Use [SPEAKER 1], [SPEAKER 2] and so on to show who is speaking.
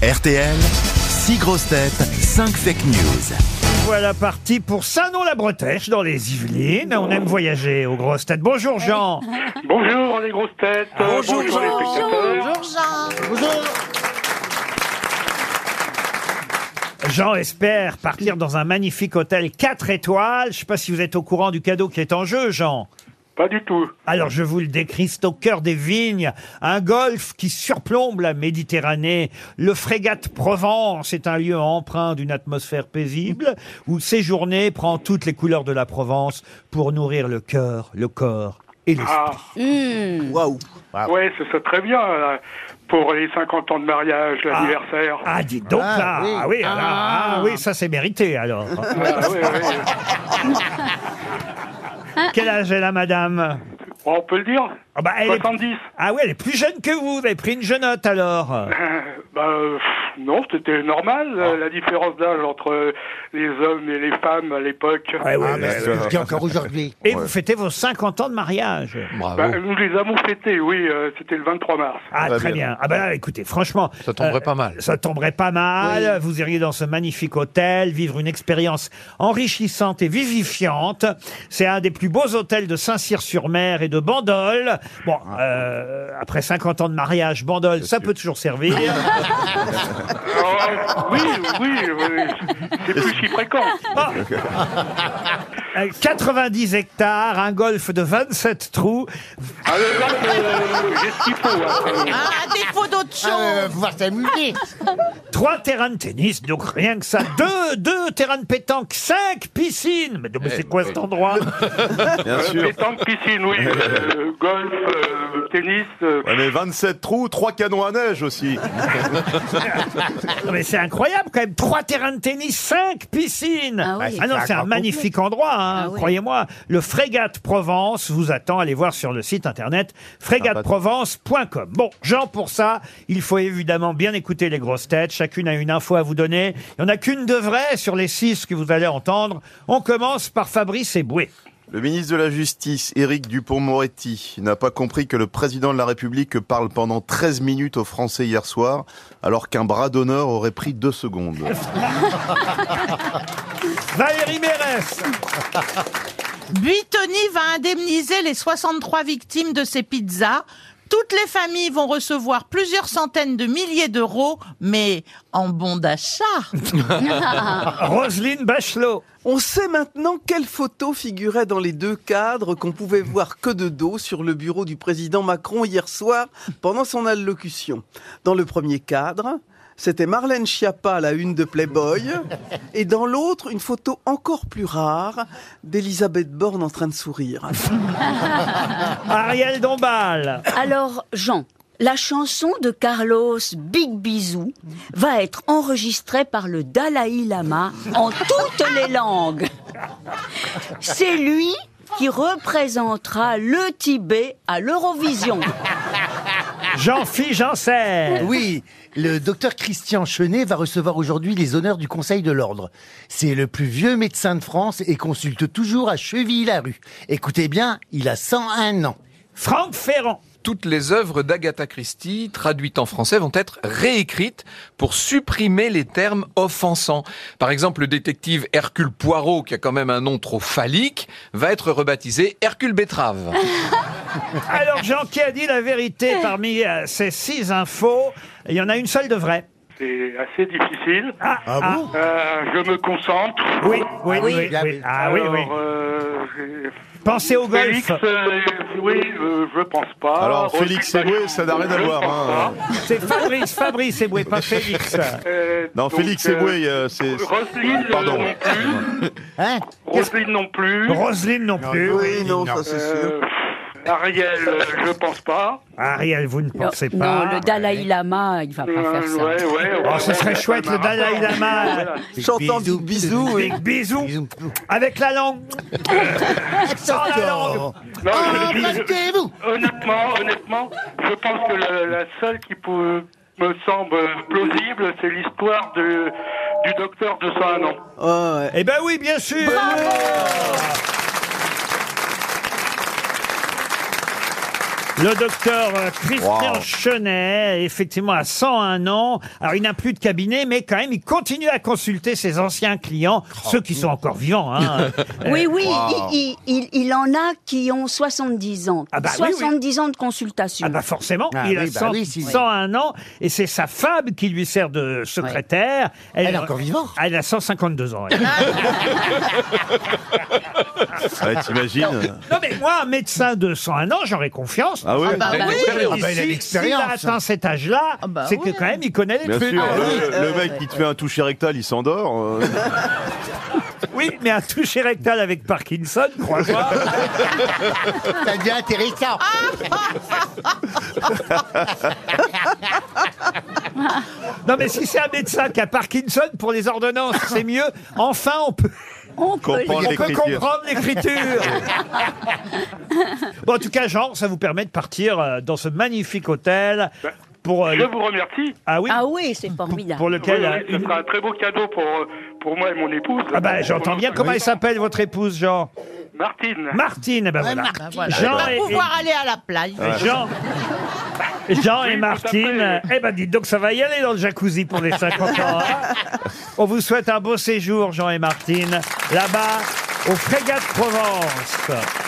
[SPEAKER 1] RTL, 6 grosses têtes, 5 fake news.
[SPEAKER 2] Voilà parti pour Saint-Nom-la-Bretèche dans les Yvelines. On aime voyager aux grosses têtes. Bonjour Jean.
[SPEAKER 3] Bonjour les grosses têtes.
[SPEAKER 2] Ah,
[SPEAKER 3] Bonjour, les spectateurs.
[SPEAKER 2] Jean espère partir dans un magnifique hôtel 4 étoiles. Je ne sais pas si vous êtes au courant du cadeau qui est en jeu, Jean.
[SPEAKER 3] Pas du tout.
[SPEAKER 2] Alors je vous le décris, c'est au cœur des vignes, un golfe qui surplombe la Méditerranée. Le frégate Provence est un lieu empreint d'une atmosphère paisible où séjourner prend toutes les couleurs de la Provence pour nourrir le cœur, le corps et l'esprit.
[SPEAKER 3] Ah,
[SPEAKER 1] Waouh.
[SPEAKER 3] ouais, ce serait très bien là, pour les 50 ans de mariage, l'anniversaire.
[SPEAKER 2] Ah, dis donc
[SPEAKER 1] Ah,
[SPEAKER 2] là
[SPEAKER 1] oui.
[SPEAKER 2] Ah oui, ah, ah, oui ça c'est mérité alors.
[SPEAKER 3] Ah, ouais, ouais, ouais.
[SPEAKER 2] Quel âge est la madame
[SPEAKER 3] On peut le dire
[SPEAKER 2] Ah bah, elle est-
[SPEAKER 3] 70
[SPEAKER 2] Ah oui, elle est plus jeune que vous, vous avez pris une jeunotte alors. Ah
[SPEAKER 3] Euh, bah, euh, pff, non, c'était normal, euh, la différence d'âge entre euh, les hommes et les femmes à l'époque.
[SPEAKER 2] Ouais, ouais,
[SPEAKER 4] Ah,
[SPEAKER 2] ouais.
[SPEAKER 4] mais c'est ce que je dis encore aujourd'hui.
[SPEAKER 2] Et vous fêtez vos 50 ans de mariage.
[SPEAKER 3] Bah, nous les avons fêtés, oui, euh, c'était le 23 mars.
[SPEAKER 2] Ah,
[SPEAKER 5] va
[SPEAKER 2] très bien.
[SPEAKER 5] bien.
[SPEAKER 2] Ah ben là, écoutez, franchement, euh,
[SPEAKER 5] Ça tomberait pas mal.
[SPEAKER 2] ça tomberait pas mal. Vous iriez dans ce magnifique hôtel, vivre une expérience enrichissante et vivifiante. C'est un des plus beaux hôtels de Saint-Cyr-sur-Mer et de Bandol. Bon, euh, après 50 ans de mariage, Bandol, ça peut toujours servir.
[SPEAKER 3] Ah, oui, oui, oui, c'est plus si fréquent.
[SPEAKER 2] Euh, 90 hectares, un golf de 27 trous.
[SPEAKER 3] Ah, le lac, euh, j'ai ce qu'il faut. hein.
[SPEAKER 6] Ah, à défaut d'autre chose.
[SPEAKER 4] Ah, ouais, va pouvoir s'amuser.
[SPEAKER 2] Trois terrains de tennis, donc rien que ça. Deux, deux terrains de pétanque, cinq piscines. Mais, mais c'est quoi cet endroit
[SPEAKER 7] Bien
[SPEAKER 3] Euh,
[SPEAKER 7] sûr.
[SPEAKER 3] Pétanque, piscine, oui. euh, golf, euh, tennis. euh,
[SPEAKER 7] Ouais, mais 27 trous, 3 canons à neige aussi.
[SPEAKER 2] Non, mais c'est incroyable quand même. Trois terrains de tennis, cinq piscines.
[SPEAKER 6] Ah oui.
[SPEAKER 2] non, c'est un magnifique endroit, hein,
[SPEAKER 6] Ah oui.
[SPEAKER 2] croyez-moi. Le Frégate Provence vous attend. Allez voir sur le site internet frégateprovence.com. Bon, Jean, pour ça, il faut évidemment bien écouter les grosses têtes. Chacune a une info à vous donner. Il n'y en a qu'une de vraie sur les six que vous allez entendre. On commence par Fabrice Eboué.
[SPEAKER 7] Le ministre de la Justice, Éric Dupont-Moretti, n'a pas compris que le président de la République parle pendant 13 minutes aux Français hier soir, alors qu'un bras d'honneur aurait pris 2 secondes.
[SPEAKER 2] Valérie Mérès.
[SPEAKER 6] Buitoni va indemniser les 63 victimes de ses pizzas. Toutes les familles vont recevoir plusieurs centaines de milliers d'euros, mais en bon d'achat.
[SPEAKER 2] Roselyne Bachelot.
[SPEAKER 8] On sait maintenant quelle photo figurait dans les deux cadres qu'on pouvait voir que de dos sur le bureau du président Macron hier soir pendant son allocution. Dans le premier cadre, c'était Marlène Schiappa à la une de Playboy, et dans l'autre, une photo encore plus rare d'Elisabeth Borne en train de sourire.
[SPEAKER 2] Ariel Dombal.
[SPEAKER 9] Alors, Jean, la chanson de Carlos Big Bisou va être enregistrée par le Dalai Lama en toutes les langues. C'est lui qui représentera le Tibet à l'Eurovision.
[SPEAKER 2] Jean-Philippe Janssen.
[SPEAKER 4] Oui, le docteur Christian Chenet va recevoir aujourd'hui les honneurs du Conseil de l'Ordre. C'est le plus vieux médecin de France et consulte toujours à Chevilly-la-Rue. Écoutez bien, il a 101 ans.
[SPEAKER 2] Franck Ferrand.
[SPEAKER 10] toutes les œuvres d'Agatha Christie traduites en français vont être réécrites pour supprimer les termes offensants. Par exemple, le détective Hercule Poirot, qui a quand même un nom trop phallique, va être rebaptisé Hercule Bétrave.
[SPEAKER 2] Alors, Jean, qui a dit la vérité parmi euh, ces six infos Il y en a une seule de vraie.
[SPEAKER 3] C'est assez difficile.
[SPEAKER 2] Ah, ah,
[SPEAKER 3] Euh, je me concentre.
[SPEAKER 2] oui, oui, oui, oui,
[SPEAKER 4] bien,
[SPEAKER 2] oui.
[SPEAKER 4] bien.
[SPEAKER 2] Ah oui, oui.
[SPEAKER 3] Alors, euh, j'ai-
[SPEAKER 2] Pensez au golf.
[SPEAKER 3] Félix, euh, oui, euh, je pense pas.
[SPEAKER 7] Alors,
[SPEAKER 3] Roselyne
[SPEAKER 7] Félix Eboué,
[SPEAKER 3] Bachelot,
[SPEAKER 7] ça n'a rien à
[SPEAKER 3] je
[SPEAKER 7] voir,
[SPEAKER 3] pense
[SPEAKER 7] hein.
[SPEAKER 3] pas.
[SPEAKER 2] C'est Fabrice, Fabrice Eboué, pas Félix.
[SPEAKER 3] Euh,
[SPEAKER 7] Non,
[SPEAKER 3] donc,
[SPEAKER 7] Félix
[SPEAKER 3] euh,
[SPEAKER 7] Eboué, euh, c'est...
[SPEAKER 3] Roselyne euh,
[SPEAKER 7] Pardon.
[SPEAKER 3] non plus.
[SPEAKER 4] Hein
[SPEAKER 3] Roselyne non plus.
[SPEAKER 2] Roselyne non plus.
[SPEAKER 8] Oui, non, ça c'est sûr.
[SPEAKER 3] Euh, Ariel, euh, je pense pas.
[SPEAKER 2] Ariel, vous ne
[SPEAKER 9] Non,
[SPEAKER 2] pensez pas.
[SPEAKER 9] non, le Dalai Lama, il va pas
[SPEAKER 3] Euh,
[SPEAKER 9] faire ça.
[SPEAKER 3] ouais, ouais, ouais,
[SPEAKER 2] Oh, ce
[SPEAKER 3] ouais,
[SPEAKER 2] serait
[SPEAKER 3] ça
[SPEAKER 2] chouette, le
[SPEAKER 3] m'a
[SPEAKER 2] Dalai
[SPEAKER 3] rapport.
[SPEAKER 2] Lama.
[SPEAKER 3] Voilà.
[SPEAKER 8] Chantant
[SPEAKER 4] Bisous,
[SPEAKER 8] du bisou, et
[SPEAKER 2] Big bisous.
[SPEAKER 4] Bisous.
[SPEAKER 2] Avec la langue. Sans la langue.
[SPEAKER 4] Oh,
[SPEAKER 3] Non, je- je-
[SPEAKER 4] emportez-vous.
[SPEAKER 3] Honnêtement, honnêtement, je pense que la, la seule qui peut- me semble plausible, c'est l'histoire de- du docteur de 101 ans.
[SPEAKER 8] Ah, ouais.
[SPEAKER 2] Eh ben oui, bien sûr. Le docteur euh, Christian
[SPEAKER 7] Wow.
[SPEAKER 2] Chenet, effectivement, à 101 ans. Alors, il n'a plus de cabinet, mais quand même, il continue à consulter ses anciens clients,
[SPEAKER 4] Oh,
[SPEAKER 2] ceux qui sont encore vivants. Hein.
[SPEAKER 9] Oui, oui,
[SPEAKER 7] Wow.
[SPEAKER 9] il, il- il- il en a qui ont 70 ans.
[SPEAKER 2] Ah bah oui, oui.
[SPEAKER 9] 70 ans de consultation.
[SPEAKER 2] Ah bah forcément,
[SPEAKER 4] Ah
[SPEAKER 2] il a
[SPEAKER 4] oui, bah
[SPEAKER 2] 100
[SPEAKER 4] oui, si.
[SPEAKER 2] 101 ans et c'est sa femme qui lui sert de secrétaire.
[SPEAKER 4] Elle est encore vivante.
[SPEAKER 2] Elle a 152 ans. elle.
[SPEAKER 7] Ouais, T'imagines
[SPEAKER 2] non mais moi, un médecin de 101 ans, j'aurais confiance.
[SPEAKER 7] Ah ouais
[SPEAKER 6] Ah bah
[SPEAKER 10] Elle a
[SPEAKER 6] oui.
[SPEAKER 10] l'expérience.
[SPEAKER 4] Ah bah, il a
[SPEAKER 2] Ben
[SPEAKER 4] hein.
[SPEAKER 2] Si-
[SPEAKER 4] l'expérience.
[SPEAKER 2] S'il a atteint cet âge-là,
[SPEAKER 6] Ah bah
[SPEAKER 2] c'est
[SPEAKER 6] ouais.
[SPEAKER 2] que quand même, il connaît les
[SPEAKER 7] Bien
[SPEAKER 2] trucs.
[SPEAKER 7] sûr,
[SPEAKER 6] Ah oui,
[SPEAKER 7] le, le
[SPEAKER 6] euh,
[SPEAKER 7] mec qui te fait un toucher rectal, il s'endort. euh.
[SPEAKER 2] Oui, mais un toucher rectal avec Parkinson, crois-moi.
[SPEAKER 4] Ça devient intéressant.
[SPEAKER 2] non mais si c'est un médecin qui a Parkinson pour les ordonnances, c'est mieux. Enfin, on peut,
[SPEAKER 9] On peut
[SPEAKER 7] Comprendre
[SPEAKER 2] on peut
[SPEAKER 7] l'écriture.
[SPEAKER 2] comprendre l'écriture. bon, en tout cas, Jean, ça vous permet de partir euh, dans ce magnifique hôtel. Pour, euh,
[SPEAKER 3] Je vous remercie.
[SPEAKER 2] Ah oui,
[SPEAKER 9] Ah oui, c'est formidable.
[SPEAKER 2] pour lequel...
[SPEAKER 3] Oui, oui,
[SPEAKER 2] euh,
[SPEAKER 3] ce sera un très beau cadeau pour, euh, pour moi et mon épouse.
[SPEAKER 2] Ah bah j'entends bien. Comment elle
[SPEAKER 3] ça
[SPEAKER 2] s'appelle votre épouse, Jean
[SPEAKER 3] Martine.
[SPEAKER 2] Martine, eh ben voilà.
[SPEAKER 6] Ben voilà.
[SPEAKER 2] Jean
[SPEAKER 6] On va
[SPEAKER 2] et-
[SPEAKER 6] pouvoir aller à la plage.
[SPEAKER 2] Jean. Jean
[SPEAKER 3] Oui,
[SPEAKER 2] et
[SPEAKER 3] tout à
[SPEAKER 2] Martine,
[SPEAKER 3] fait.
[SPEAKER 2] euh, eh ben dites donc ça va y aller dans le jacuzzi pour les 50 ans. hein. On vous souhaite un beau séjour, Jean et Martine, là-bas, aux Frégates Provence.